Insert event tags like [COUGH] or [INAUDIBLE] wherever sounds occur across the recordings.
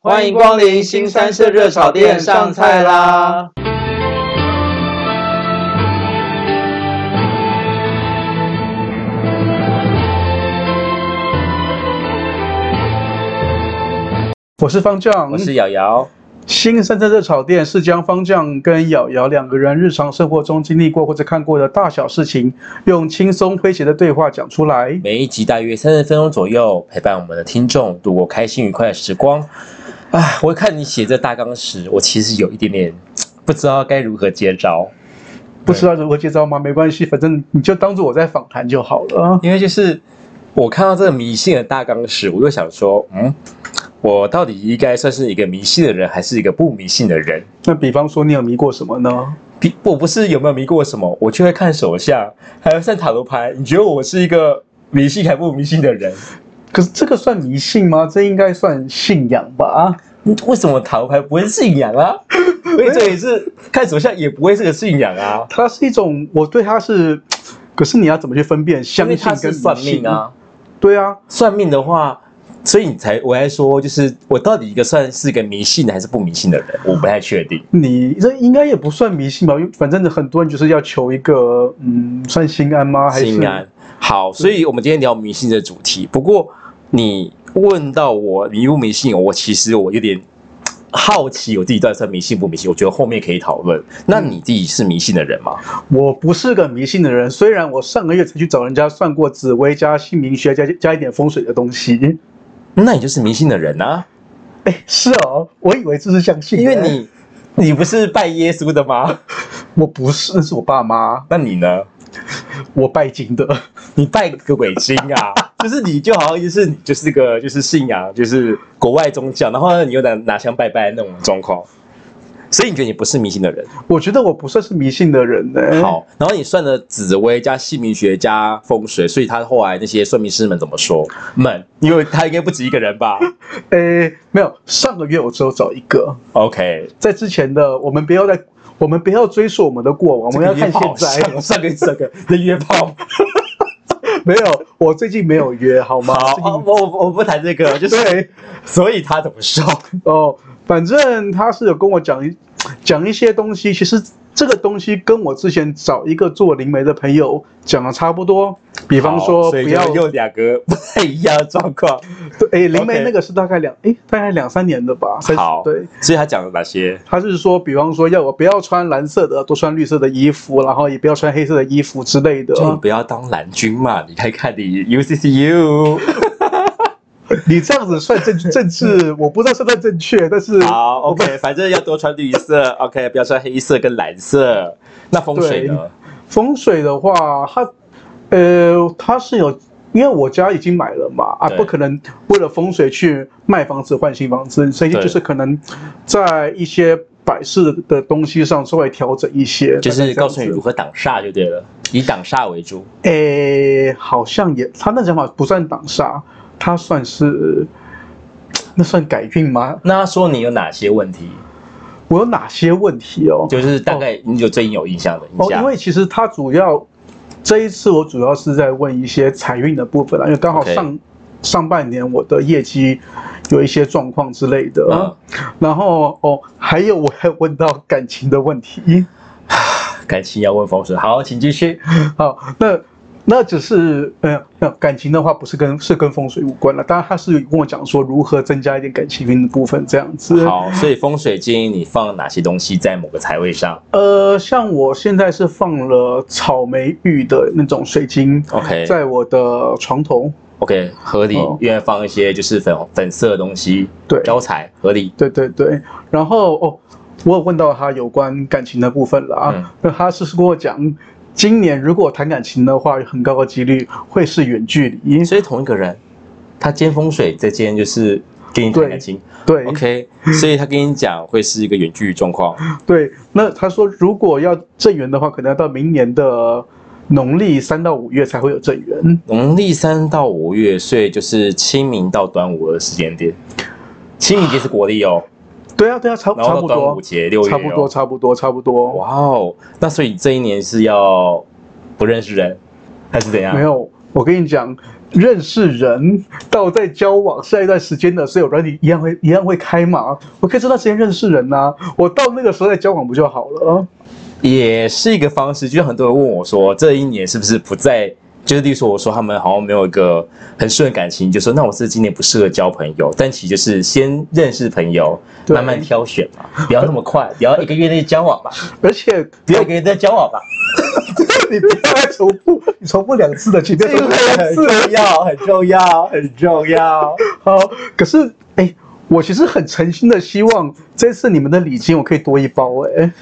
欢迎光临新三色热炒店，上菜啦！我是方丈，我是瑶瑶。新三色热炒店是将方丈跟瑶瑶两个人日常生活中经历过或者看过的大小事情，用轻松诙谐的对话讲出来。每一集大约三十分钟左右，陪伴我们的听众度过开心愉快的时光。啊，我看你写这大纲时，我其实有一点点不知道该如何接招，不知道如何接招吗？没关系，反正你就当做我在访谈就好了。因为就是我看到这个迷信的大纲时，我就想说，嗯，我到底应该算是一个迷信的人，还是一个不迷信的人？那比方说，你有迷过什么呢？比我不是有没有迷过什么，我就会看手相，还会算塔罗牌。你觉得我是一个迷信还不迷信的人？可是这个算迷信吗？这应该算信仰吧？嗯为什么塔罗牌不会信仰 [LAUGHS] 啊？所以这也是看手相也不会是个信仰啊，它是一种，我对它是，可是你要怎么去分辨因相为信它跟是迷信算命？啊。对啊，算命的话，所以你才我还说，就是我到底一个算是一个迷信的还是不迷信的人，我不太确定。你这应该也不算迷信吧？因为反正很多人就是要求一个，嗯，算心安吗？还是心安。好，嗯所以我们今天聊迷信的主题。不过你问到我迷不迷信，我其实我有点好奇，我自己到底算迷信不迷信？我觉得后面可以讨论。那嗯你自己是迷信的人吗？我不是个迷信的人，虽然我上个月才去找人家算过紫薇加姓名学加加一点风水的东 [LAUGHS] 西。那你就是迷信的人啊，哎，是哦，我以为这是相信的， [LAUGHS] 因为你你不是拜耶稣的吗？我不 [LAUGHS] 是，那是我爸妈，那你呢？我拜金的。你拜个鬼精 [LAUGHS] 啊！就是你就好像就是你就是个就是信仰就是国外宗教，然后呢你又拿拿香拜拜那种状况，所以你觉得你不是迷信的人？我觉得我不算是迷信的人呢、，好，然后你算了紫薇加姓名学加风水，所以他后来那些算命师们怎么说？们，因为他应该不止一个 [LAUGHS] 人吧哎，没有，上个月我只有找一个， ？OK，在之前的我们不要再，我们不要追溯我们的过往，我们要看现在。 [LAUGHS] 上个这个那 [LAUGHS] 约炮。没有，我最近没有约，好吗？好，最近哦我我我不谈这个，就是对所以他怎么说？哦，反正他是有跟我讲一讲一些东西，其实这个东西跟我之前找一个做灵媒的朋友讲的差不多。比方说不好所以要就又两个不太一样的状况。对，哎，灵媒 OK 那个是大概两哎大概两三年的吧。还是 [LAUGHS] 好对，所以他讲了哪些？他是说，比方说要我不要穿蓝色的，多穿绿色的衣服，然后也不要穿黑色的衣服之类的。就你不要当蓝军嘛，你看看你 [LAUGHS] UCCU。你这样子算 [LAUGHS] 政政治，我不知道算不算正确，但是好，OK，反正要多穿绿色，OK，不要穿黑色跟蓝色。那风水呢？风水的话，它呃，它是有，因为我家已经买了嘛，啊，对不可能为了风水去卖房子换新房子，所以对就是可能在一些摆饰的东西上稍微调整一些，就是告大概诉你这样如子。何挡煞就对了，以挡煞为主。诶，好像也，他那讲法不算挡煞，他算是。那算改运吗？那他说你有哪些问题？我有哪些问题哦？就是大概你有最近有印象的，印哦，象。因为其实它主要这一次我主要是在问一些财运的部分啊啦，因为刚好 OK 上上半年我的业绩有一些状况之类的，嗯然后哦，还有我还问到感情的问题。 [LAUGHS] 感情要问风水，好，请继续。好，那那只是呃，那感情的话不是跟是跟风水无关了，当然他是跟我讲说如何增加一点感情运的部分这样子。好，所以风水建议你放哪些东西在某个财位上呃，像我现在是放了草莓浴的那种水晶。 ？OK 在我的床头， OK，合理哦，因为放一些就是粉红粉色的东西，对招财合理。对对对，然后哦，我有问到他有关感情的部分了嗯啊，那、他是跟我讲，今年如果谈感情的话，有很高的几率会是远距离。所以同一个人，他兼风水，再兼就是跟你谈感情。对 OK，所以他跟你讲会是一个远距离 [LAUGHS] 状况。对，那他说如果要正缘的话，可能要到明年的农历三到五月才会有正缘。农历三到五月，所以就是清明到端午的时间点。清明节是国历哦，对啊对啊，差然后差到不端多午，节六月、哦，差不多。差不多差不多。哇哦，那所以这一年是要不认识人，还是怎 [LAUGHS] 样？没有，我跟你讲，认识人到在交往下一段时间的所有软体一样会一样会开嘛？我可以这段时间认识人呐、我到那个时候再交往不就好了？也是一个方式。就很多人问我说，这一年是不是不再？就是，例如说，我说他们好像没有一个很顺的感情，就说那我是今年不适合交朋友，但其实就是先认识朋友，对慢慢挑选嘛，不要那么快，不要一个月内交往吧，而且不要一个月内交往吧，你不要再重复，你重复两次 [LAUGHS] 的，前面重复两很次。重要，很重要，很重要。好，可是哎、我其实很诚心的希望这次你们的礼金我可以多一包哎、 [LAUGHS]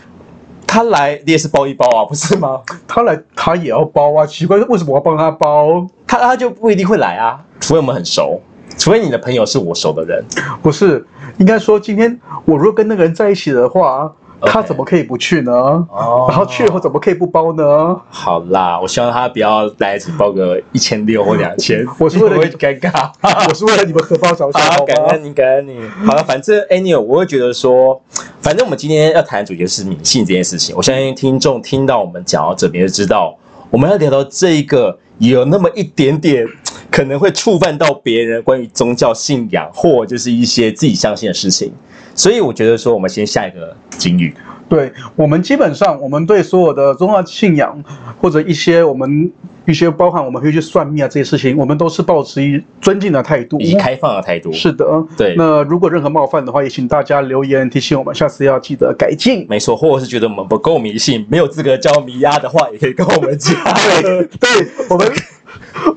他来你也是包一包啊，不是吗？他来他也要包啊，奇怪为什么我要帮他包？他他就不一定会来啊，除非我们很熟，除非你的朋友是我熟的人。不是，应该说今天我如果跟那个人在一起的话， OK 他怎么可以不去呢？哦然后去了后怎么可以不包呢？好啦，我希望他不要来只包个一千六或两 [LAUGHS] 千，我是为了你会尴尬。 [LAUGHS] 我是为了你们荷包着想， [LAUGHS] 好，好感吗？恩你，感恩你。好了，反正 anyway，我会觉得说，反正我们今天要谈的主题是迷信这件事情。我相信听众听到我们讲到这边就知道，我们要聊到这一个有那么一点点可能会触犯到别人关于宗教信仰或就是一些自己相信的事情。所以我觉得说，我们先下一个警语。对我们基本上，我们对所有的宗教信仰或者一些我们一些包含我们会去算命啊这些事情，我们都是抱持一尊敬的态度。以及开放的态度。嗯是的，对那如果任何冒犯的话，也请大家留言提醒我们，下次要记得改进。没错，或者是觉得我们不够迷信，没有资格叫迷鸭的话，也可以跟我们讲。对，对 [LAUGHS] 我们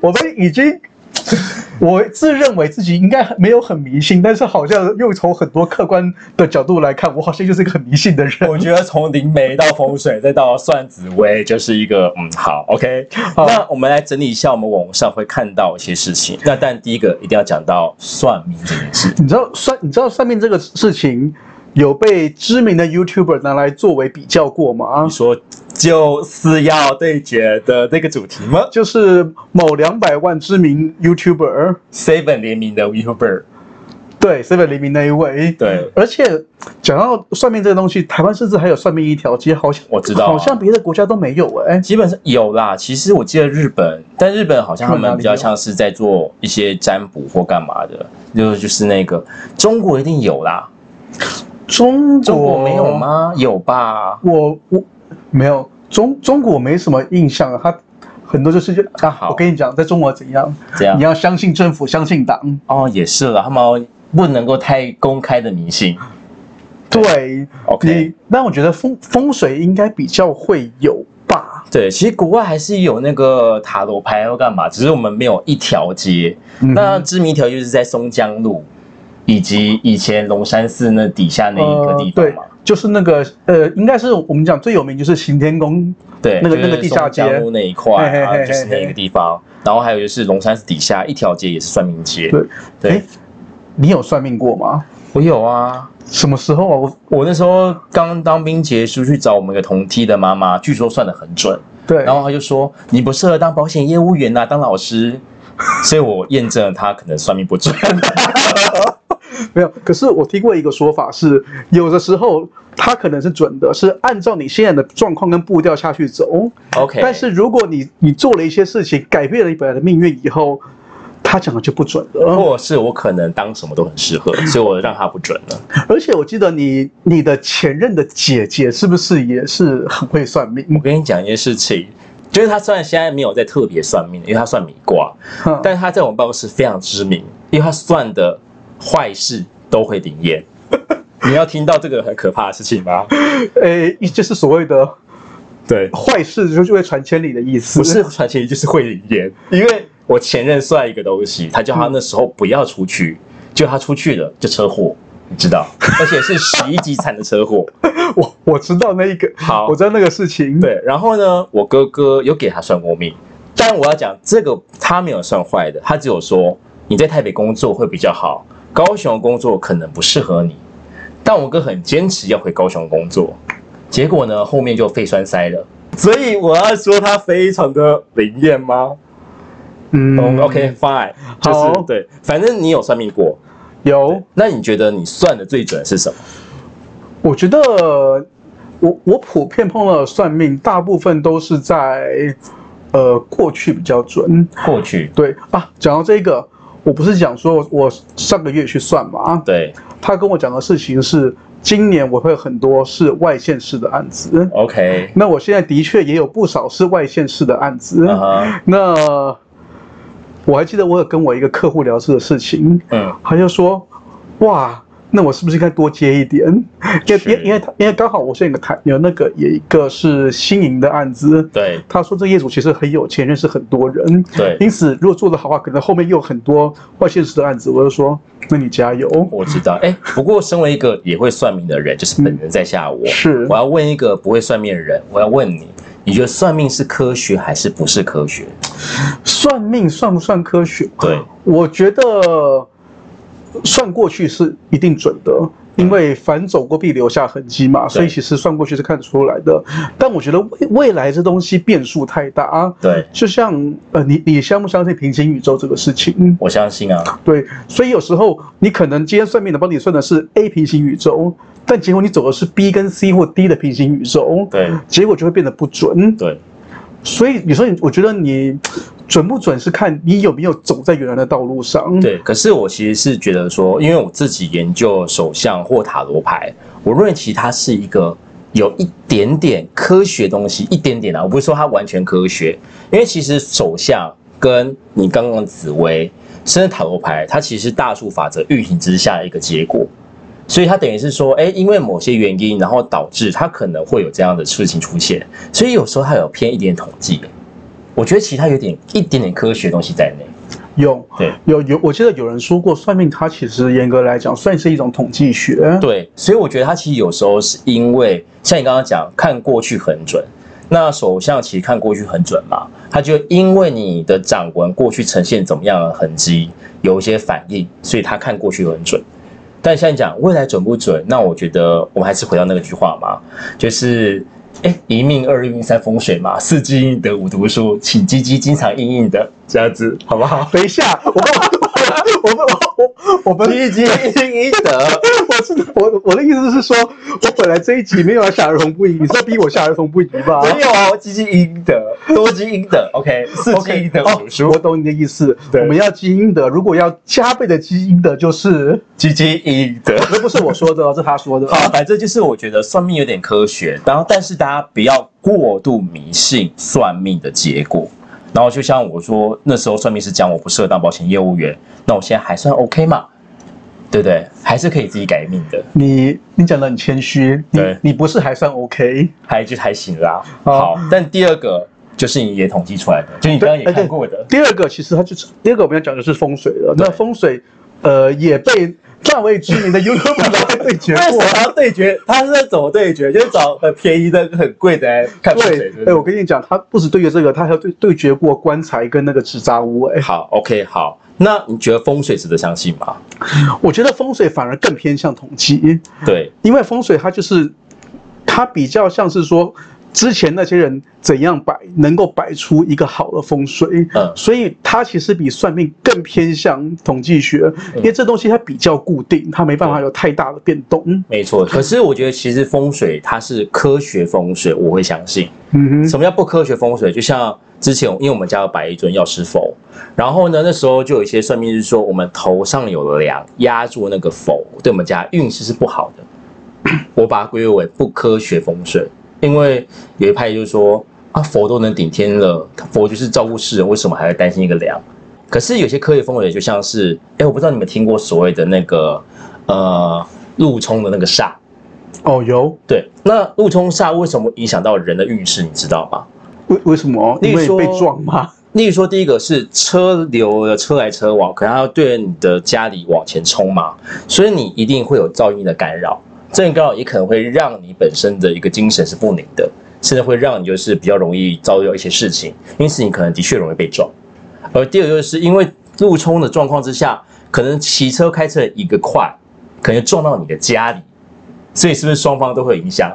我们已经，我自认为自己应该没有很迷信，但是好像又从很多客观的角度来看，我好像就是一个很迷信的人。 [LAUGHS] 我觉得从灵媒到风水，再到算紫薇， [LAUGHS] 就是一个嗯好，OK 好那我们来整理一下，我们网络上会看到一些事情。那但第一个一定要讲到算命这件事。你知道算你知道算命这个事情有被知名的 YouTuber 拿来作为比较过吗你？说就是要对决的这个主题吗就是某两百万知名 YouTuber， ？Seven 联名的 Uber，对 Seven 黎明那一位，对而且讲到算命这个东西，台湾甚至还有算命一条街，好像我知道啊好像别的国家都没有哎、基本上有啦。其实我记得日本，但日本好像他日本哪们里比较有像是在做一些占卜或干嘛的，就就是那个中国一定有啦。中国中国没有？吗？有吧？我我没有中中国没什么印象，他很多就是就那好我跟你讲，在中国怎样？这样你要相信政府，相信党。哦，也是了，他们不能够太公开的迷信。对 OK 你但我觉得风风水应该比较会有吧？对，其实国外还是有那个塔罗牌要干嘛，只是我们没有一条街。嗯那知名一条就是在松江路，以及以前龙山寺那底下那一个呃地方对嘛。，就是那个呃，应该是我们讲最有名就是行天宫，对，那个就是那个地下街松江路那一块，嘿嘿嘿然后就嘿是嘿那一个地方。然后还有就是龙山寺底下一条街也是算命街。对对诶，你有算命过吗？我有啊。什么时候啊？我我那时候刚当兵结束，去找我们一个同梯的妈妈，据说算的很准。对，然后他就说：“你不适合当保险业务员呐、啊当老师。” [LAUGHS] 所以我验证了他可能算命不准。没有。可是我听过一个说法是，有的时候它可能是准的，是按照你现在的状况跟步调下去走。 OK，但是如果你你做了一些事情，改变了你本来的命运以后，他讲的就不准了。或者是我可能当什么都很适合，所以我让他不准了。而且我记得你你的前任的姐姐是不是也是很会算我命？跟你讲一件事情，就是他虽然现在没有在特别算命，因为他算米卦，哼 [LAUGHS] 但是他在我们办公室非常知名，因为他算的坏事都会灵验。你要听到这个很可怕的事情吗？诶，哎就是所谓的对，坏事就就会传千里的意思。不是传奇，就是会灵验。因为我前任算一个东西，他叫他那时候不要出去，就他出去了就车祸，你知道，而且是十一级惨的车祸。 [LAUGHS] 我我知道那一个，好我知道那个事情。，对，然后呢，我哥哥有给他算过命，但我要讲这个他没有算坏的，他只有说你在台北工作会比较好，高雄工作可能不适合你。但我哥很坚持要回高雄工作，结果呢后面就肺栓塞了。所以我要说他非常的灵验吗？嗯嗯，OK fine，好就是对，反正你有算命过，有。那你觉得你算的最准的是什么？我觉得我我普遍碰到的算命，大部分都是在呃过去比较准。过去对啊，讲到这个，我不是讲说我我上个月去算嘛啊，对他跟我讲的事情是，今年我会有很多是外县市的案子。 ，OK，那我现在的确也有不少是外县市的案子。嗯哼，那我还记得我有跟我一个客户聊这个事情，嗯，他就说，哇。那我是不是应该多接一点？因是为因为他因为刚好我现在有个台有那个有一个是新营的案子，对他说这业主其实很有钱，认识很多人，对，因此如果做得好的话，可能后面又有很多外县市的案子。我就说，那你加油。我知道。哎，不过身为一个也会算命的人，就是本人在吓我。是我要问一个不会算命的人，我要问你，你觉得算命是科学还是不是科学？算命算不算科学？对，我觉得算过去是一定准的，因为凡走过必留下痕迹嘛，所以其实算过去是看出来的。但我觉得未未来这东西变数太大啊。对，就像呃，你你相不相信平行宇宙这个事情？我相信啊。对，所以有时候你可能今天算命的帮你算的是 A 平行宇宙，但结果你走的是 B 跟 C 或 D 的平行宇宙，对结果就会变得不准。对，所以你说你，我觉得你准不准是看你有没有走在原来的道路上。，对，可是我其实是觉得说，因为我自己研究手相或塔罗牌，我认为其实它是一个有一点点科学东西，一点点啊，我不是说它完全科学，因为其实手相跟你刚刚的紫薇，甚至塔罗牌，它其实是大数法则运行之下的一个结果。所以它等于是说，哎，因为某些原因，然后导致它可能会有这样的事情出现，所以有时候它有偏一点统计。我觉得其实它有点一点点科学的东西在内。有对，有有，我记得有人说过，算命它其实严格来讲算是一种统计 [LAUGHS] 学。对，所以我觉得他其实有时候是因为像你刚刚讲，看过去很准。那首相其实看过去很准嘛，他就因为你的掌纹过去呈现怎么样的痕迹，有一些反应，所以他看过去很准。但像你讲未来准不准，那我觉得我们还是回到那个句话嘛，就是哎一命二运三风水嘛，四积阴德五读书，请积积经常应应的这样子，好不好？等一下，我们我们我我我们。积积阴德，我是我我的意思是说，我本来这一集没有要下儿童不宜，你是在逼我下儿童不宜吧？没有啊，积积阴德，多积阴德，OK，四积 OK，阴德哦五书我，懂你的意思。对我们要基因的，如果要加倍的基因的，就是积积阴德。这不是我说的哦，这是他说的。好，反正就是我觉得算命有点科学，然后但是大家不要过度迷信算命的结果。然后就像我说，那时候算命师讲我不适合当保险业务员，那我现在还算 OK 嘛，对不对？还是可以自己改命的，你你讲的很谦虚，你对你不是还算 OK？还就还行啦。好，好但第二个就是你也统计出来的，就你刚刚也看过的，哎第二个其实它就是第二个我们要讲的是风水了。对那风水，呃，也被那位知名的 YouTuber 来对决过。要对决？他是在怎么对决？ [LAUGHS] 就是找很便宜的、很贵的来看对，哎、我跟你讲，他不止对决这个，他还有对对决过棺材跟那个纸扎屋、哎，好，OK，好。那你觉得风水值得相信吗？我觉得风水反而更偏向统计，对，因为风水它就是它比较像是说。之前那些人怎样摆，能够摆出一个好的风水，嗯所以它其实比算命更偏向统计学，嗯因为这东西它比较固定，它没办法有太大的变动。没错。可是我觉得其实风水它是科学风水，我会相信。嗯哼，什么叫不科学风水？就像之前，因为我们家有摆一尊药师佛，然后呢，那时候就有一些算命师说，我们头上有梁压住那个佛，对我们家运势是不好的。 [COUGHS] 我把它归类为不科学风水，因为有一派就是说啊，佛都能顶天了，佛就是照顾世人，为什么还要担心一个梁？可是有些科学风水就像是，哎，我不知道你们听过所谓的那个呃路冲的那个煞，哦，有对，那路冲煞为什么影响到人的运势？你知道吗？为为什么？例因如为说被撞吗？例如说，第一个是车流的车来车往，可能它要对着你的家里往前冲嘛，所以你一定会有噪音的干扰。这种干扰也可能会让你本身的一个精神是不宁的，甚至会让你就是比较容易遭遇到一些事情，因此你可能的确容易被撞。而第二个就是因为路冲的状况之下，可能骑车开车一个快，可能撞到你的家里，所以是不是双方都会有影响？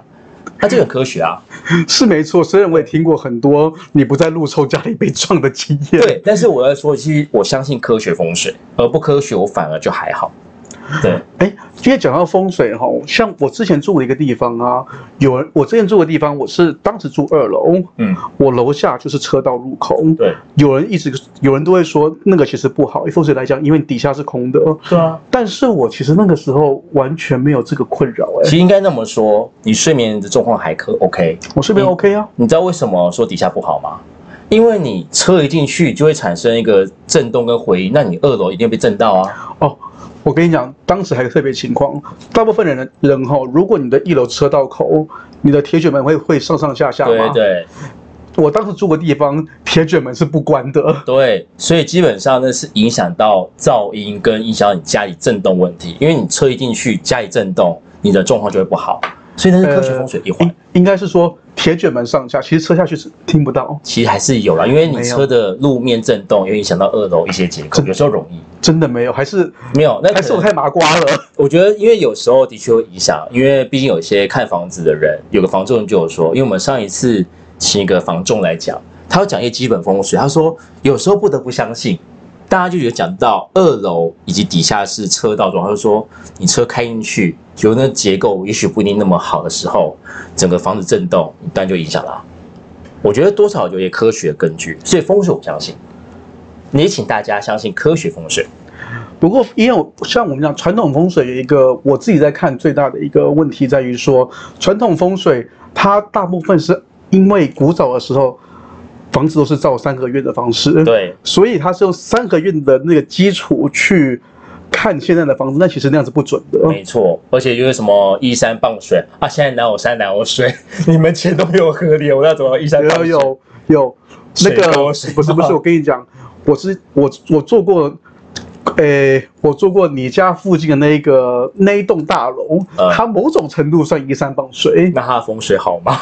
那、这个很科学啊。 [LAUGHS] 是没错，虽然我也听过很多你不在路抽家里被撞的经验。，对，但是我要说，其实我相信科学风水，而不科学我反而就还好。对，哎，因为讲到风水哈，像我之前住的一个地方啊，有人我之前住的地方，我是当时住二楼，嗯，我楼下就是车道入口。 [LAUGHS] 对，有人一直有人都会说那个其实不好，以风水来讲，因为底下是空的。对啊。但是我其实那个时候完全没有这个困扰、其哎，实应该那么说，你睡眠的状况还可 OK。我这边 OK 啊，你知道为什么说底下不好吗？因为你车一进去就会产生一个震动跟回音，那你二楼一定会被震到啊。哦。我跟你讲，当时还有个特别情况，大部分人的人哈，如果你的一楼车道口，你的铁卷门会会上上下下嘛。对对我当时住的地方，铁卷门是不关的。对，所以基本上那是影响到噪音跟影响到你家里震动问题，因为你车一进去家里震动，你的状况就会不好，所以那是科学风水一环。应呃应该是说铁卷门上下，其实车下去是听不到，其实还是有啦，因为你没有车的路面震动也会影响到二楼一些结构，有时候容易真的没有，还是没有。那可还能是我太麻瓜了。我觉得，因为有时候的确会影响，因为毕竟有一些看房子的人，有个房仲就有说，因为我们上一次请一个房仲来讲，他有讲一些基本风水，他说有时候不得不相信，大家就有讲到二楼以及底下是车道中，他就说你嗯车开进去，有那结构也许不一定那么好的时候，整个房子震动，当然就影响了。我觉得多少有些科学根据，所以风水我相信，也请大家相信科学风水。不过，因为我像我们讲传统风水有一个我自己在看最大的一个问题在于说，传统风水它大部分是因为古早的时候房子都是照三合院的方式，，对，所以它是用三合院的那个基础去看现在的房子，那其实那样是不准的。没错，而且就是什么依山傍水啊，现在哪有山哪有水， [LAUGHS] 你们钱都没有河流，我要怎么依山傍有水？有有，那水沟个水不是不坝 [LAUGHS] 是，我跟你讲，我是我我做过，诶、我做过你家附近的那一个那一栋大楼，嗯它某种程度算依山傍水，那它的风水好吗？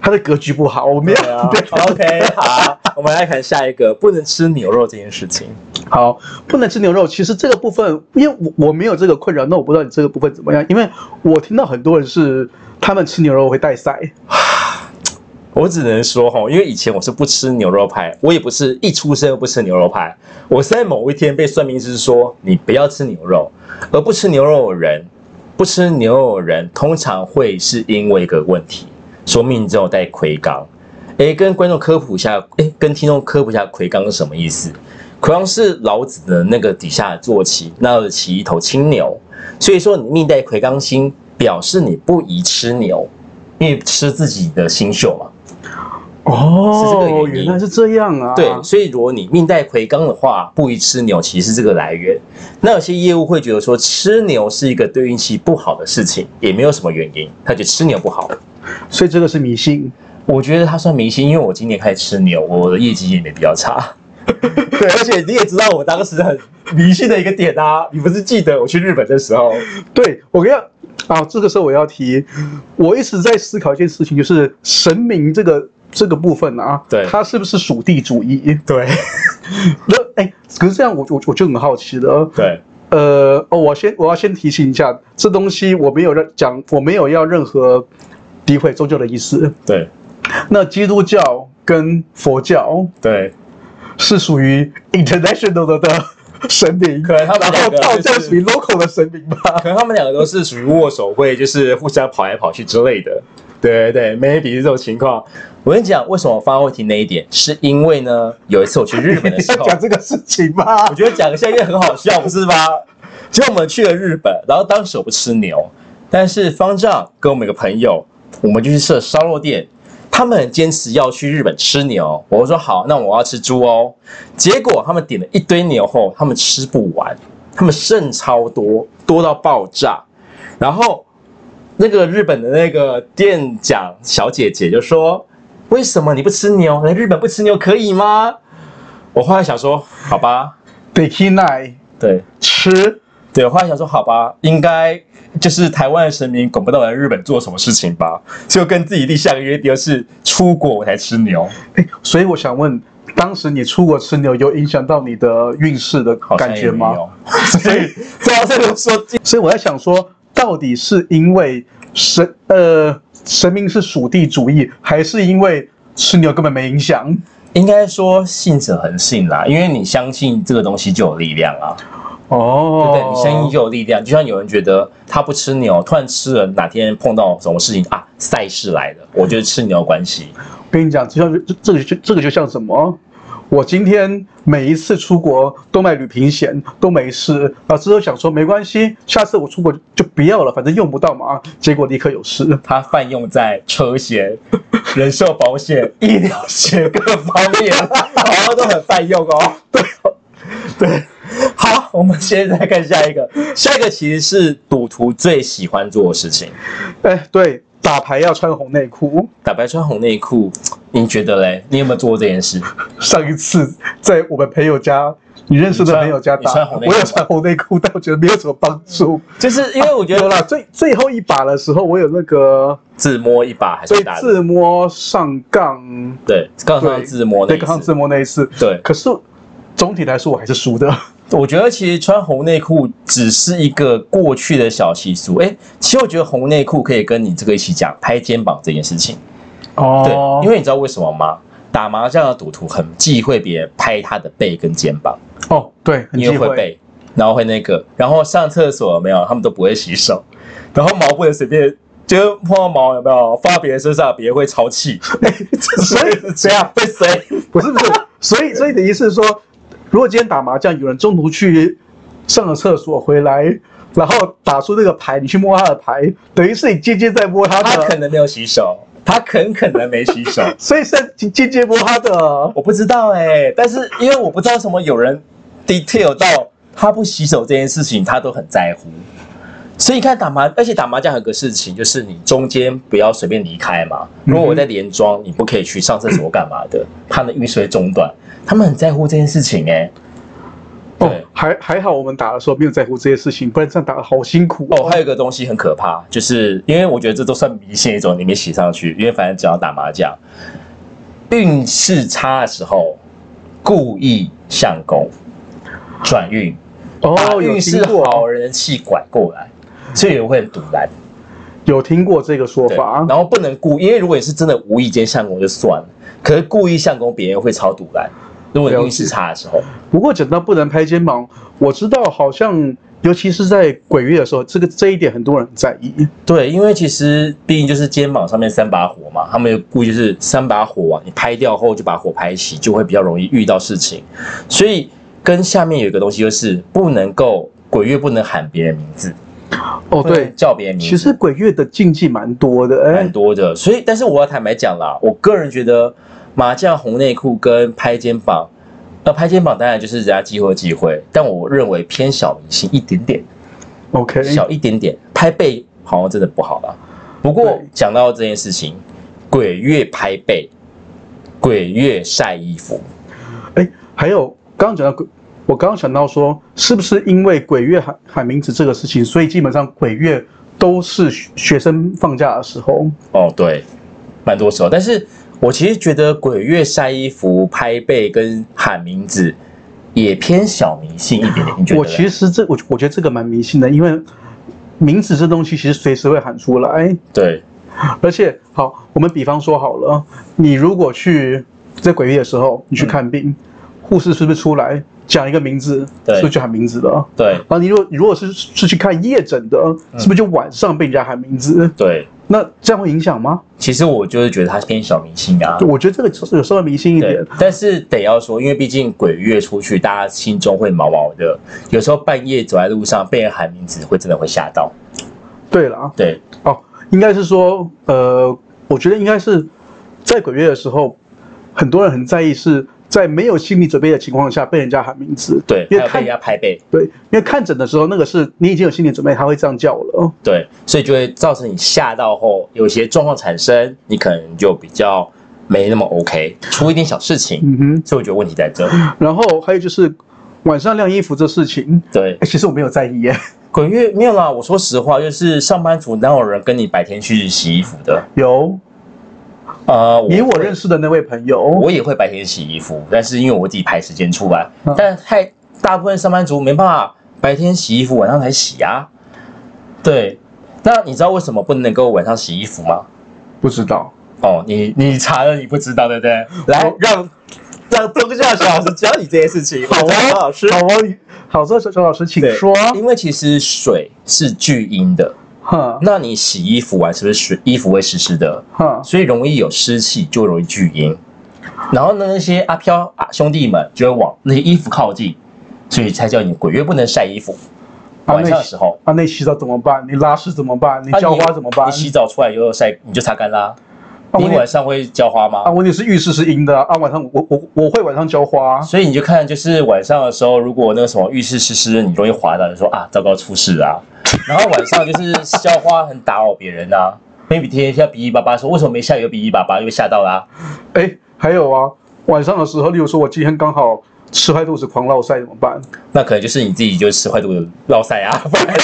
它的格局不好，我们对要啊，OK，好，我们来看下一个，不能吃牛肉这件事情。好不能吃牛肉。其实这个部分，因为我我没有这个困扰，那我不知道你这个部分怎么样，因为我听到很多人是他们吃牛肉会带腮，我只能说哈，因为以前我是不吃牛肉派，我也不是一出生就不吃牛肉派，我是在某一天被算命师说你不要吃牛肉，而不吃牛肉的人，不吃牛肉的人通常会是因为一个问题，说命中有带魁罡。诶，跟观众科普一下，诶，跟听众科普一下魁罡是什么意思？魁罡是老子的那个底下坐骑，那的骑一头青牛，所以说你命带魁罡星，表示你不宜吃牛，因为吃自己的星宿嘛。是这个原哦，因原来是这样啊，对，所以如果你命带魁罡的话，不宜吃牛，其实是这个来源。那有些业务会觉得说，吃牛是一个对运气不好的事情，也没有什么原因，他觉得吃牛不好。所以这个是迷信。我觉得他算迷信，因为我今年开始吃牛，我的业绩也没比较差。 [LAUGHS] 对，而且你也知道我当时很迷信的一个点啊，你不是记得我去日本的时候，对，我跟你讲啊，这个时候我要提，我一直在思考一件事情，就是神明这个这个部分啊，对它是不是属地主义？对那哎，可是这样我我我就很好奇了。对，呃，哦，我先我要先提醒一下，这东西我没有任讲，我没有要任何诋毁宗教的意思。对那基督教跟佛教对，是属于 international 的的神明，可能他们然两后个道就教是属于 local 的神明吧。可能他们两个都是属于握手会，就是互相跑来跑去之类的。对对对，maybe 是这种情况。我跟你讲，为什么我发问题那一点，是因为呢，有一次我去日本的你时要 [LAUGHS] 候，讲这个事情吗？ [LAUGHS] 我觉得讲一下因为很好笑，不是吗？其实我们去了日本，然后当时我不吃牛，但是方丈跟我们一个朋友，我们就去吃了烧肉店，他们很坚持要去日本吃牛，我说好，那我要吃猪哦。结果他们点了一堆牛后，他们吃不完，他们剩超多，多到爆炸。然后那个日本的那个店长小姐姐就说：“为什么你不吃牛？来日本不吃牛可以吗？”我后来想说，好吧，得 k 奈对吃对，我后来想说，好吧，应该就是台湾的神明管不到我来日本做什么事情吧，所以我跟自己立下个约定，是出国我才吃牛。所以我想问，当时你出国吃牛，有影响到你的运势的好像感也觉吗没？有？ [LAUGHS] 所以最后这个说， [LAUGHS] 所以我在想说，到底是因为神呃神明是属地主义，还是因为吃牛根本没影响？应该说信者恒信啦，因为你相信这个东西就有力量啊。哦，对不对？你相信就有力量。就像有人觉得他不吃牛，突然吃了，哪天碰到什么事情啊，赛事来了，我觉得吃牛有关系。哦跟你讲，就像这这个就这个就像什么？我今天每一次出国都买旅行险，都没事。老师都想说没关系，下次我出国就不要了，反正用不到嘛。结果立刻有事。它泛用在车险、 [LAUGHS] 人寿保 [LAUGHS] 险、医疗险各方面，好像都很泛用哦。 [LAUGHS] 对对，好，我们现在看下一个，下一个其实是赌徒最喜欢做的事情。哎，对，打牌要穿红内裤。打白穿红内裤，你觉得嘞？你有没有做过这件事？上一次在我们朋友家，你认识的朋友家你打穿你穿红，内我裤有穿红内裤，但我觉得没有什么帮助。 [LAUGHS] 就是因为我觉有啦，得最最后一把的时候，我有那个啊自摸一把还被是打自摸上杠，对，杠上自摸那对，一刚上次自。摸那一次。对，可是总体来说，我还是输的。我觉得其实穿红内裤只是一个过去的小习俗。哎，其实我觉得红内裤可以跟你这个一起讲拍肩膀这件事情。对，因为为你知道为什么吗？打麻将的赌徒很忌讳别人拍他的背跟肩膀，哦，对，很因忌为会讳。背，然后会那个，然后上厕所有没有，他们都不会洗手，然后毛不能随便，就是碰到毛有没有放到别人身上，别人会超 [LAUGHS] 气，所以这样被谁？不是不 [LAUGHS] 是，所以所以你的意思是说，如果今天打麻将，有人中途去上了厕所回来，然后打出那个牌，你去摸他的牌，等于是你间接在摸他他可的，能没有洗手，他很可能没洗手，所以是在间接摸他的。我不知道哎、但是因为我不知道为什么有人 detail 到他不洗手这件事情，他都很在乎。所以你看打麻，而且打麻将有个事情，就是你中间不要随便离开嘛。如果我在连庄，你不可以去上厕所干嘛的，怕那雨水中断。他们很在乎这件事情哎、哦对，还还好我们打的时候没有在乎这些事情，不然这样打的好辛苦哦，还有一个东西很可怕，就是因为我觉得这都算迷信一种，你没写上去，因为反正只要打麻将，运势差的时候故意相公转运，把哦，有运听势好过，人的气拐过来，所以有人会很堵然。有听过这个说对，法然。后不能故，因为如果你是真的无意间相公就算了，可是故意相公别人会超堵然。如果你运势差的时候，不过讲到不能拍肩膀，我知道好像尤其是在鬼月的时候，这个这一点很多人很在意。对，因为其实毕竟就是肩膀上面三把火嘛，他们有故意就是三把火啊，你拍掉后就把火拍熄，就会比较容易遇到事情。所以跟下面有一个东西就是不能够鬼月不能喊别人名字，哦，不能对，叫别人名字。其实鬼月的禁忌蛮多的，蛮哎，多的。所以，但是我要坦白讲啦，我个人觉得麻将红内裤跟拍肩膀，那拍肩膀当然就是人家忌讳忌讳，但我认为偏小迷信一点点， ，OK，小一点点，拍背好像真的不好啦。不过对讲到这件事情，鬼月拍背，鬼月晒衣服，哎，还有刚刚讲到鬼，我刚刚想到说，是不是因为鬼月喊喊名字这个事情，所以基本上鬼月都是学学生放假的时候，哦，对，蛮多时候。但是我其实觉得鬼月晒衣服、拍背跟喊名字。也偏小迷信一点点，你觉得嘞？我其实这我我觉得这个蛮迷信的，因为名字这东西其实随时会喊出来，对，而且好，我们比方说好了，你如果去在鬼月的时候你去看病，护士是不是出来讲一个名字，嗯对是不是就喊名字了？对，然后你如果你如果是是去看夜诊的，嗯是不是就晚上被人家喊名字？对，那这样会影响吗？其实我就是觉得他偏小明星啊。我觉得这个有稍微迷信一对点。，但是得要说，因为毕竟鬼月出去，大家心中会毛毛的。有时候半夜走在路上被人喊名字，会真的会吓到。对了，对，哦，应该是说，呃，我觉得应该是在鬼月的时候，很多人很在意是在没有心理准备的情况下被人家喊名字。对，因为还有被看人家拍背，对，因为看诊的时候那个是你已经有心理准备，他会这样叫我了。对，所以就会造成你吓到后，有些状况产生，你可能就比较没那么 OK，出一点小事情。嗯哼，所以我觉得问题在这。 [LAUGHS] 然后还有就是晚上晾衣服这事情，对，哎，其实我没有在意耶。鬼月没有啦。我说实话，就是上班族哪有人跟你白天去洗衣服的？有，呃，以我会认识的那位朋友，我也会白天洗衣服，但是因为我自己排时间出来，嗯但太大部分上班族没办法白天洗衣服，晚上才洗啊。对，那你知道为什么不能够晚上洗衣服吗？不知道。哦，你你查了你不知道对不对？来我让让宗教小老师教你这件事情， [LAUGHS] 好我啊，教老师好啊，好，这小小老师请对说。啊因为其实水是聚阴的，哈那你洗衣服啊完是不是水衣服会湿湿的？哈，所以容易有湿气，就容易聚阴。然后呢，那些阿飘啊兄弟们就会往那些衣服靠近，所以才叫你鬼月不能晒衣服。啊晚上的时候，啊，那洗澡怎么办？你拉屎怎么办？你啊浇花怎么办你？洗澡出来就晒，你就擦干啦。啊你我也晚上会浇花啊，吗？问题是浴室是阴的啊，晚上我我我会晚上浇花。所以你就看，就是晚上的时候，如果那个什么浴室湿湿，你容易滑倒，就说啊，糟糕，出事啊。然后晚上就是浇花很打扰别人啊，maybe 天天下比一巴巴说为什么没下雨，又比一巴巴，就被吓到啦、哎，还有啊，晚上的时候，例如说我今天刚好吃坏肚子狂落晒怎么办？那可能就是你自己就是吃坏肚子落塞啊， [LAUGHS] 不然嘞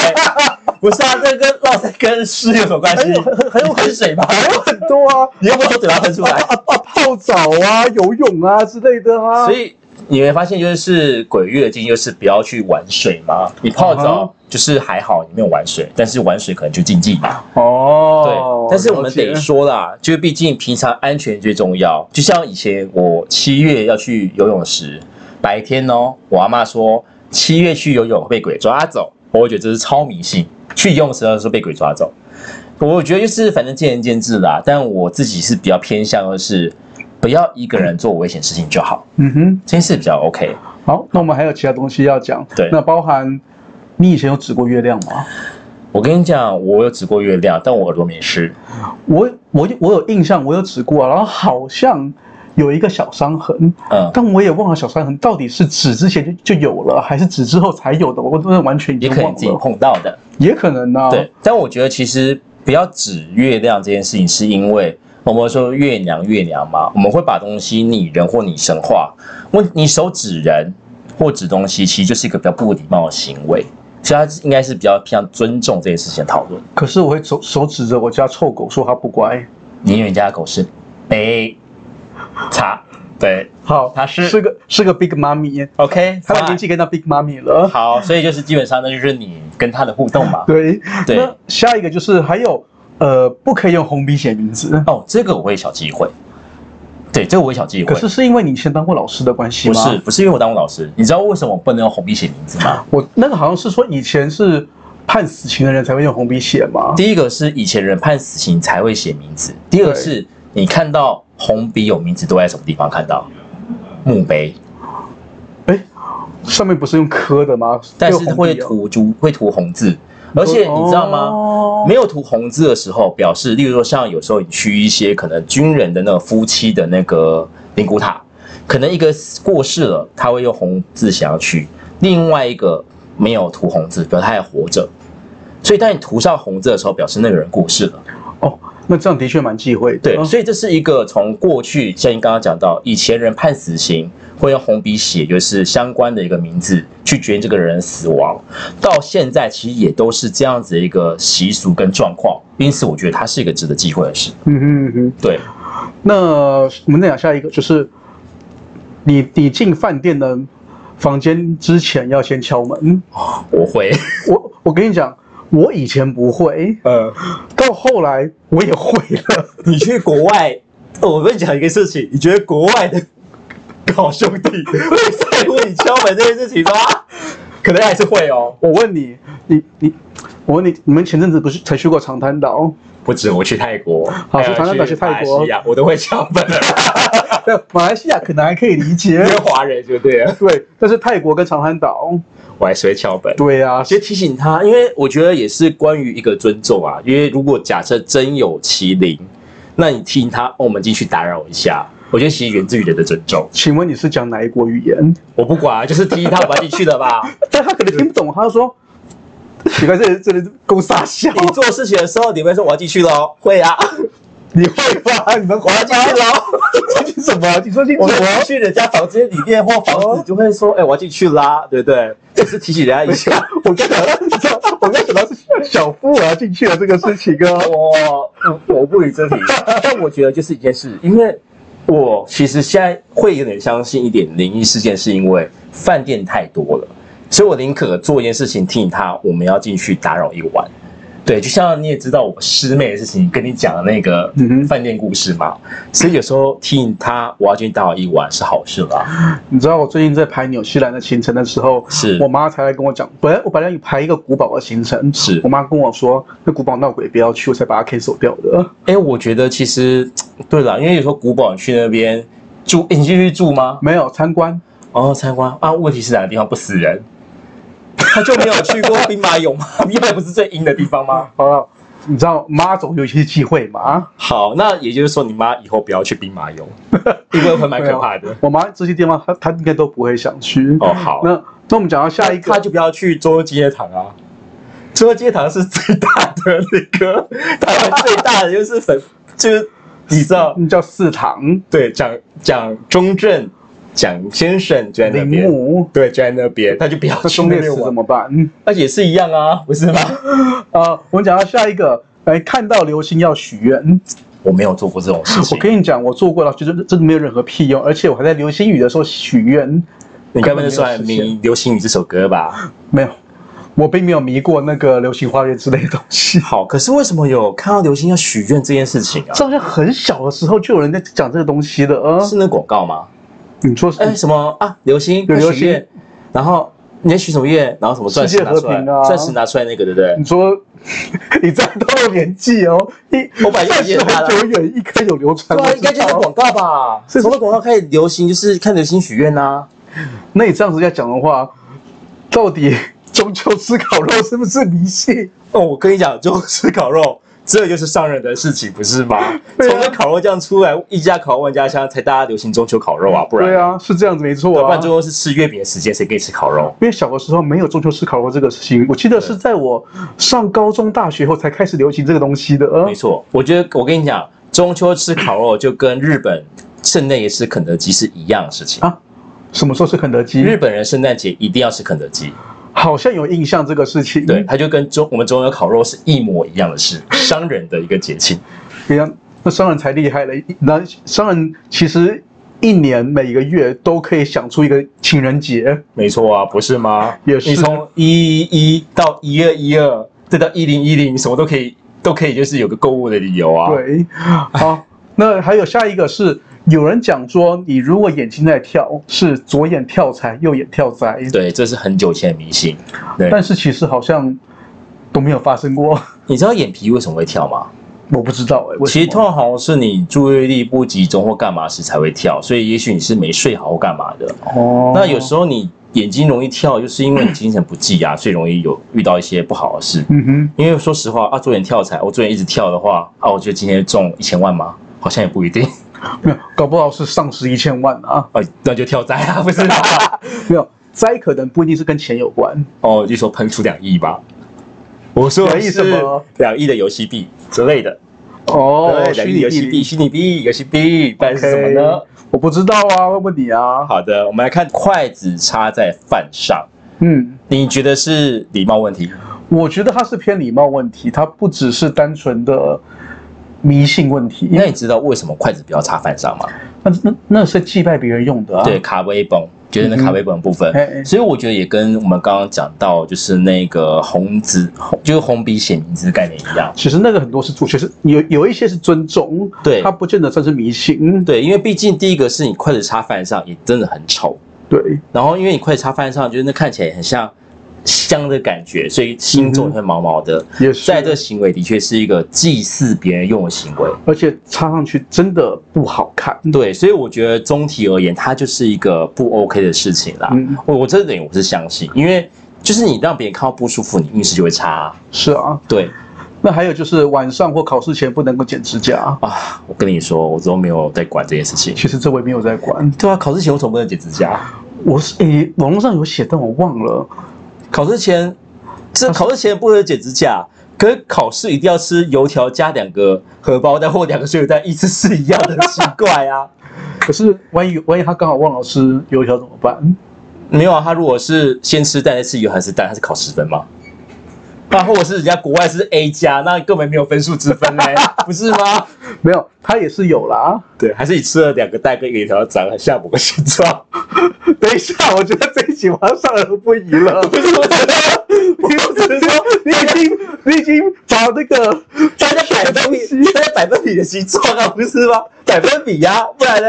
不是啊，这跟落塞跟湿有什么关系？很有很很有你喷水吧，还有很多啊，你又不从嘴巴喷出 [LAUGHS] 啊来，啊啊，泡澡啊，游泳啊之类的啊。所以你会发现就是鬼月的建议就是不要去玩水嘛。你泡嗯澡就是还好，你没有玩水，但是玩水可能就禁忌嘛。对哦，，但是我们了得解说啦，就是毕竟平常安全最重要。就像以前我七月要去游泳时，白天哦，我阿妈说七月去游泳会被鬼抓走，我会觉得这是超迷信。去游泳池的时候被鬼抓走，我觉得就是反正见仁见智啦。但我自己是比较偏向的是，不要一个人做危险事情就好，嗯哼，这件事比较 OK。好，那我们还有其他东西要讲。对那包含你以前有指过月亮吗？我跟你讲，我有指过月亮，但我耳朵没湿。我我我有印象，我有指过啊，然后好像有一个小伤痕，嗯，但我也忘了小伤痕到底是指之前就就有了，还是指之后才有的，我真的完全已也经可能忘自己了。碰到的。也可能呢、啊，对，但我觉得其实不要指月亮这件事情，是因为我们说月娘月娘嘛，我们会把东西拟人或拟神化。问你手指人或指东西，其实就是一个比较不礼貌的行为，所以它应该是比较偏向尊重这件事情的讨论。可是我会手手指着我家臭狗说它不乖。你因为人家的狗是北茶，对好，它是是个是个 big mommy， ，OK，它的年纪跟到 big mommy 了。好，所以就是基本上那就是你跟他的互动嘛。对，对那下一个就是还有呃，不可以用红笔写名字。哦，这个我会小忌讳，对，这个我会小忌讳。可是是因为你以前当过老师的关系不吗？啊是，不是因为我当过老师，你知道为什么我不能用红笔写名字吗？我那个好像是说以前是判死刑的人才会用红笔写嘛。第一个是以前人判死刑才会写名字，第二个对是你看到红笔有名字都在什么地方看到？墓碑，哎，上面不是用刻的吗？但是用红笔会哦，涂朱，会涂红字，而且你知道吗？哦没有涂红字的时候，表示，例如说像有时候你去一些可能军人的那个夫妻的那个灵骨塔，可能一个过世了，他会用红字想要去，另外一个没有涂红字，表示他还活着。所以当你涂上红字的时候，表示那个人过世了。哦，那这样的确蛮忌讳的。对，嗯所以这是一个从过去，像你刚刚讲到，以前人判死刑会用红笔写，就是相关的一个名字去决定这个人的死亡，到现在其实也都是这样子的一个习俗跟状况，因此我觉得它是一个值得忌讳的事。嗯哼嗯哼。对，那我们再讲下一个，就是你你进饭店的房间之前要先敲门。我会，我我跟你讲，我以前不会，呃，到后来我也会了。 [LAUGHS] 你去国外，我跟你讲一个事情，你觉得国外的好兄弟会在乎你敲门这件事情吗？可能还是会哦，我问你，你你，我问你，你们前阵子不是才去过长滩岛？ [LAUGHS] 不止我去泰国，好去台湾岛去泰国哎马来西亚我都会敲门。对，马来西亚可能还可以理解 [LAUGHS] 因，为华人就对了， [LAUGHS] 对，但是泰国跟长滩岛，我还是会敲门。对啊，其实提醒他，因为我觉得也是关于一个尊重啊。因为如果假设真有其灵，那你提醒他，哦，我们进去打扰一下，我觉得其实源自于人的尊重。请问你是讲哪一国语言？我不管啊，就是提醒他，我们要进去的 [LAUGHS] 吧。 [LAUGHS] 但他可能听不懂，他 [LAUGHS] 说：“奇怪，这人这人够傻笑，你做事情的时候，你会说我要进去喽？会啊，你会吧？你们我国要进去喽。进去什 [LAUGHS] 么？你说进去我什们么？ [LAUGHS] 去人家房间里面或房子，你就会说，哎、我要进去啦，对不对？就是提醒人家一下。我刚想到，你知道，我刚想到是小付啊进去了这个事情啊。我 [LAUGHS] 我不予置评，但我觉得就是一件事，因为我其实现在会有点相信一点灵异事件，是因为饭店太多了，所以我宁可做一件事情，提醒他我们要进去打扰一晚，对，就像你也知道我师妹的事情，跟你讲的那个嗯哼饭店故事嘛，所以有时候听她我要去打好一碗是好事啦。你知道我最近在排纽西兰的行程的时候，是我妈才来跟我讲，本来我本来有排一个古堡的行程，是我妈跟我说那古堡闹鬼不要去，我才把它 cancel 掉的。哎，我觉得其实对啦，因为有时候古堡你去那边住，诶你进去住吗？没有参观，哦，参观啊，问题是哪个地方不死人？他就没有去 [LAUGHS] 过兵马俑吗？兵马俑不是最阴的地方吗？好了，你知道妈总有一些忌讳嘛啊。好，那也就是说，你妈以后不要去兵马俑， [LAUGHS] 因为会蛮可怕的。啊我妈这些地方，她她应该都不会想去。 [LAUGHS] 哦，好，那那我们讲到下一他个，就不要去中央纪念堂啊。中央纪念堂是最大的那个， [LAUGHS] 台湾最大的就是粉，就是你知道，嗯叫四堂对，蒋蒋中正蒋先生就在那陵边，墓，对，就在那边，他就不要那去忠那烈边祠怎玩，么办？那也是一样啊，不是吗？呃，我们讲到下一个，来看到流星要许愿。 [LAUGHS] 我没有做过这种事 [LAUGHS] 情我，跟你讲，我做过了，觉得真的没有任何屁用，而且我还在流星雨的时候许愿，你该不会根算本没有实现迷《流星雨》这首歌吧？没有，我并没有迷过那个流星花园之类的东西。好，可是为什么有看到流星要许愿这件事情啊？这好像很小的时候就有人在讲这个东西呃了啊！是那广告吗？你说是哎、什么啊？流星，有流许愿，然后你在许什么愿？然后什么钻石世界拿出和来平啊，钻石拿出来那个，对不对你？说你这样到年纪哦，一我本来就算觉是得他很了久远，一颗有流传。啊对啊，我应该知道就是广告吧？是从那广告开始流行，就是看流星许愿啊呐。那你这样子在讲的话，到底中秋吃烤肉是不是迷信？哦，我跟你讲，就吃 [LAUGHS] 烤肉，这就是商人的事情，不是吗？ [LAUGHS] 对啊从那烤肉酱出来，一家烤万家香，才大家流行中秋烤肉啊，不然对，啊，是这样子没错不啊然。最后是吃月饼的时间，谁可以吃烤肉？因为小的时候没有中秋吃烤肉这个事情，我记得是在我上高中、大学后才开始流行这个东西的。呃没，错，我觉得我跟你讲，中秋吃烤肉就跟日本圣诞夜吃肯德基是一样的事情。啊什么时候吃肯德日基？本人圣诞节一定要吃肯德基，好像有印象这个事情。对，，它就跟中我们中国烤肉是一模一样的 [LAUGHS] 事，商人的一个节庆。一样。那商人才厉害了，那商人其实一年每个月都可以想出一个情人节。没错啊，不是吗？也是你从一一一到一二一二，再到一零一零，什么都可以，都可以，就是有个购物的理由啊。，对，好，那还有下一个是有人讲说，你如果眼睛在跳，是左眼跳财，右眼跳灾。对，这是很久以前的迷信。对，但是其实好像都没有发生过， [LAUGHS] 你知道眼皮为什么会跳吗？我不知道哎、为什其么实通常好像是你注意力不集中或干嘛时才会跳，所以也许你是没睡好或干嘛的。哦，那有时候你眼睛容易跳，就是因为你精神不济啊，所以容易有遇到一些不好的事。嗯哼，因为说实话啊，做点跳彩，我做点一直跳的话啊，我觉得今天中一千万吗？好像也不一定。 [LAUGHS] 没有，搞不好是丧失一千万啊，啊，那就跳灾啊， [LAUGHS] 不是啊？没有。灾可能不一定是跟钱有关，哦，就说喷出两亿吧。我说两亿什么？两亿的游戏币之类的。哦对，两亿游戏币、虚拟币、游戏币，但是什么呢？ OK，我不知道啊，问问你啊。好的，我们来看筷子插在饭上，嗯，你觉得是礼貌问题？我觉得它是偏礼貌问题，它不只是单纯的迷信问题。因那为你知道为什么筷子不要插饭上吗？那那那是祭拜别人用的啊。对，，卡威本就是那嗯哼卡威本部分哎哎，所以我觉得也跟我们刚刚讲到就是那个红字，红就是红笔写名字的概念一样。其实那个很多是主角是有有一些是尊重，对它不见得算是迷信。对，因为毕竟第一个是你筷子插饭上也真的很丑，对，然后因为你筷子插饭上，就是那看起来很像香的感觉，所以心中会毛毛的。也是在这个行为的确是一个祭祀别人用的行为，而且插上去真的不好看。对，所以我觉得总体而言，它就是一个不 OK 的事情啦。嗯我我这点我是相信，因为就是你让别人看到不舒服，你运势就会差啊、是啊，对那还有就是晚上或考试前不能够剪指甲，啊，我跟你说，我都没有在管这件事情。其实这我也没有在管。对啊，考试前我总不能剪指甲，我是诶，网络上有写，但我忘了。考试前这考试前不能剪指甲，可是考试一定要吃油条加两个荷包蛋或两个水煮蛋，意思是一样 [LAUGHS] 的，奇怪啊。可是万一万一他刚好忘了吃油条怎么办？没有啊，他如果是先吃蛋再吃油还是蛋，他是考十分吗？那或者是人家国外是 A 加，那根本没有分数之分 [LAUGHS] 嘞，不是吗？没有，他也是有啦。对，还是你吃了两个蛋跟油条，长了下某个形状，等一下，我觉得这一集我要上而不宜了。不是不是？你不是说你已经你已经把那个大家百分比，大家百分比的形状啊，不是吗？百分比呀、啊不然呢？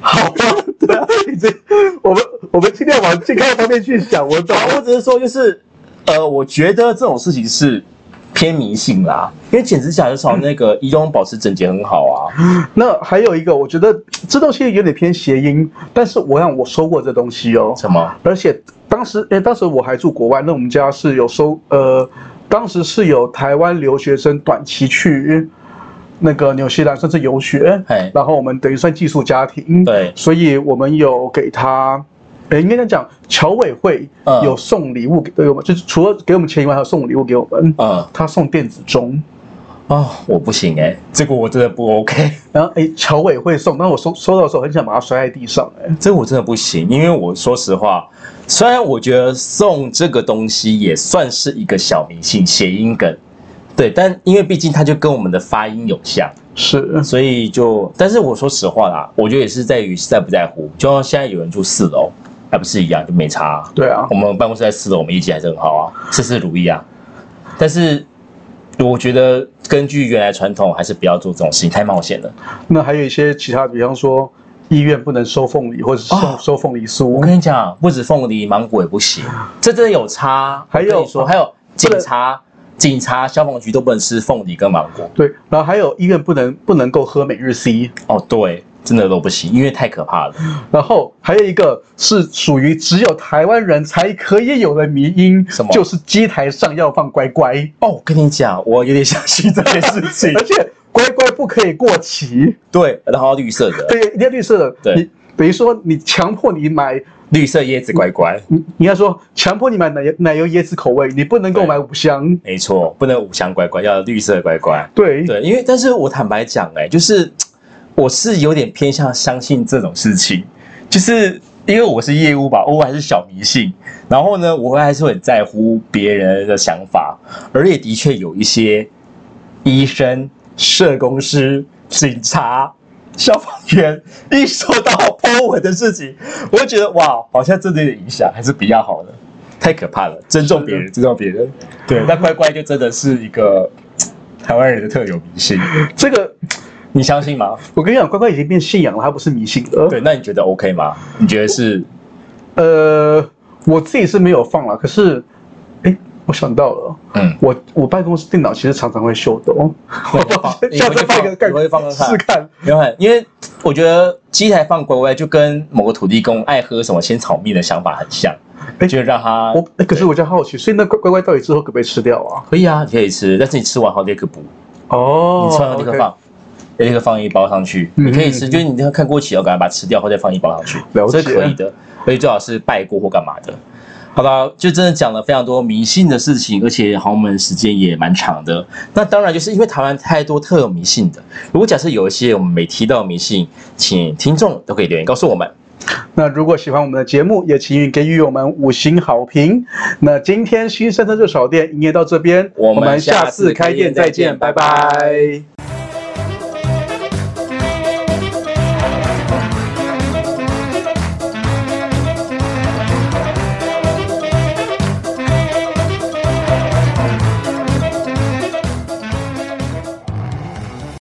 好啊，对啊，你这我们我们尽量往健康方面去想，我懂。好，我只是说就是，呃，我觉得这种事情是偏迷信啦，因为剪指甲至少那个仪容保持整洁很好啊。那还有一个，我觉得这东西有点偏谐音，但是我让我收过这东西哦，什么？而且当时，哎，当时我还住国外，那我们家是有收，呃，当时是有台湾留学生短期去那个纽西兰甚至游学嘿，然后我们等于算寄宿家庭，对所以我们有给他。哎，应该这样讲，侨委会嗯有送礼物给给我们，就是除了给我们钱以外，还有送礼物给我们。嗯，他送电子钟，哦，我不行哎、这个我真的不 OK，然后哎，侨委会送，但我收收到的时候很想把它摔在地上，哎，这个我真的不行，因为我说实话，虽然我觉得送这个东西也算是一个小迷信谐音梗，对，但因为毕竟它就跟我们的发音有像。是所以就，但是我说实话啦，我觉得也是在于在不在乎。就像现在有人住四楼，还不是一样，就没差啊、对啊我，们办公室在四楼，我们业绩还是很好啊，事事如意啊。但是我觉得根据原来传统，还是不要做这种事情，太冒险了。那还有一些其他的，比方说医院不能收凤梨，或者是收、啊收凤梨我酥，跟你讲，不止凤梨、芒果也不行，这真的有差。啊还有啊我跟你说，还有警察、警察、消防局都不能吃凤梨跟芒果。对，然后还有医院不能不能够喝每日 C，哦，对，真的都不行，因为太可怕了。然后还有一个是属于只有台湾人才可以有的迷音，什么就是机台上要放乖乖，哦，我跟你讲，我有点相信这件事情 [LAUGHS] 而。且乖乖不可以过期，对，然后绿色的，对，一定要绿色的，对你等于说你强迫你买，绿色椰子乖乖，你你要说强迫你买奶油奶油椰子口味，你不能够对买五香，没错，不能五香乖乖，要绿色乖乖。对，对，因为但是我坦白讲，哎，就是我是有点偏向相信这种事情，就是因为我是业务吧，我还是小迷信，然后呢，我还是很在乎别人的想法，而也的确有一些医生、社工师、警察。消防员一说到抛文的事情，我就觉得哇，好像真的有点影响，还是比较好的，太可怕了，尊重别人，尊重别人。对，那乖乖就真的是一个台湾人的特有迷信，这个 [LAUGHS] 你相信吗？我跟你讲，乖乖已经变信仰了，它不是迷信了，对，那你觉得 OK 吗？你觉得是呃，我自己是没有放了，可是，哎，我想到了，嗯，我我办公室电脑其实常常会秀的哦，对 [LAUGHS] 你下回次去放一个放，看你回去放看试看。看，没有，因为我觉得机台放乖乖就跟某个土地公爱喝什么鲜草蜜的想法很像，哎就让他我诶可是我就好奇，所以那乖乖乖到底之后可不可以吃掉啊？可以啊，你可以吃，但是你吃完后立刻补，哦你吃完后立刻放。立刻放一包上去，嗯你可以吃，就是你那个看过期要赶快把它吃掉，后再放一包上去，了解这可以的，而且最好是拜过或干嘛的。好吧，就真的讲了非常多迷信的事情，而且好像我们时间也蛮长的。那当然就是因为台湾太多特有迷信的，如果假设有一些我们没提到的迷信，请听众都可以留言告诉我们。那如果喜欢我们的节目，也请给予我们五星好评。那今天新生的热炒店营业到这边，我们下下次开开店店再再见见，拜拜拜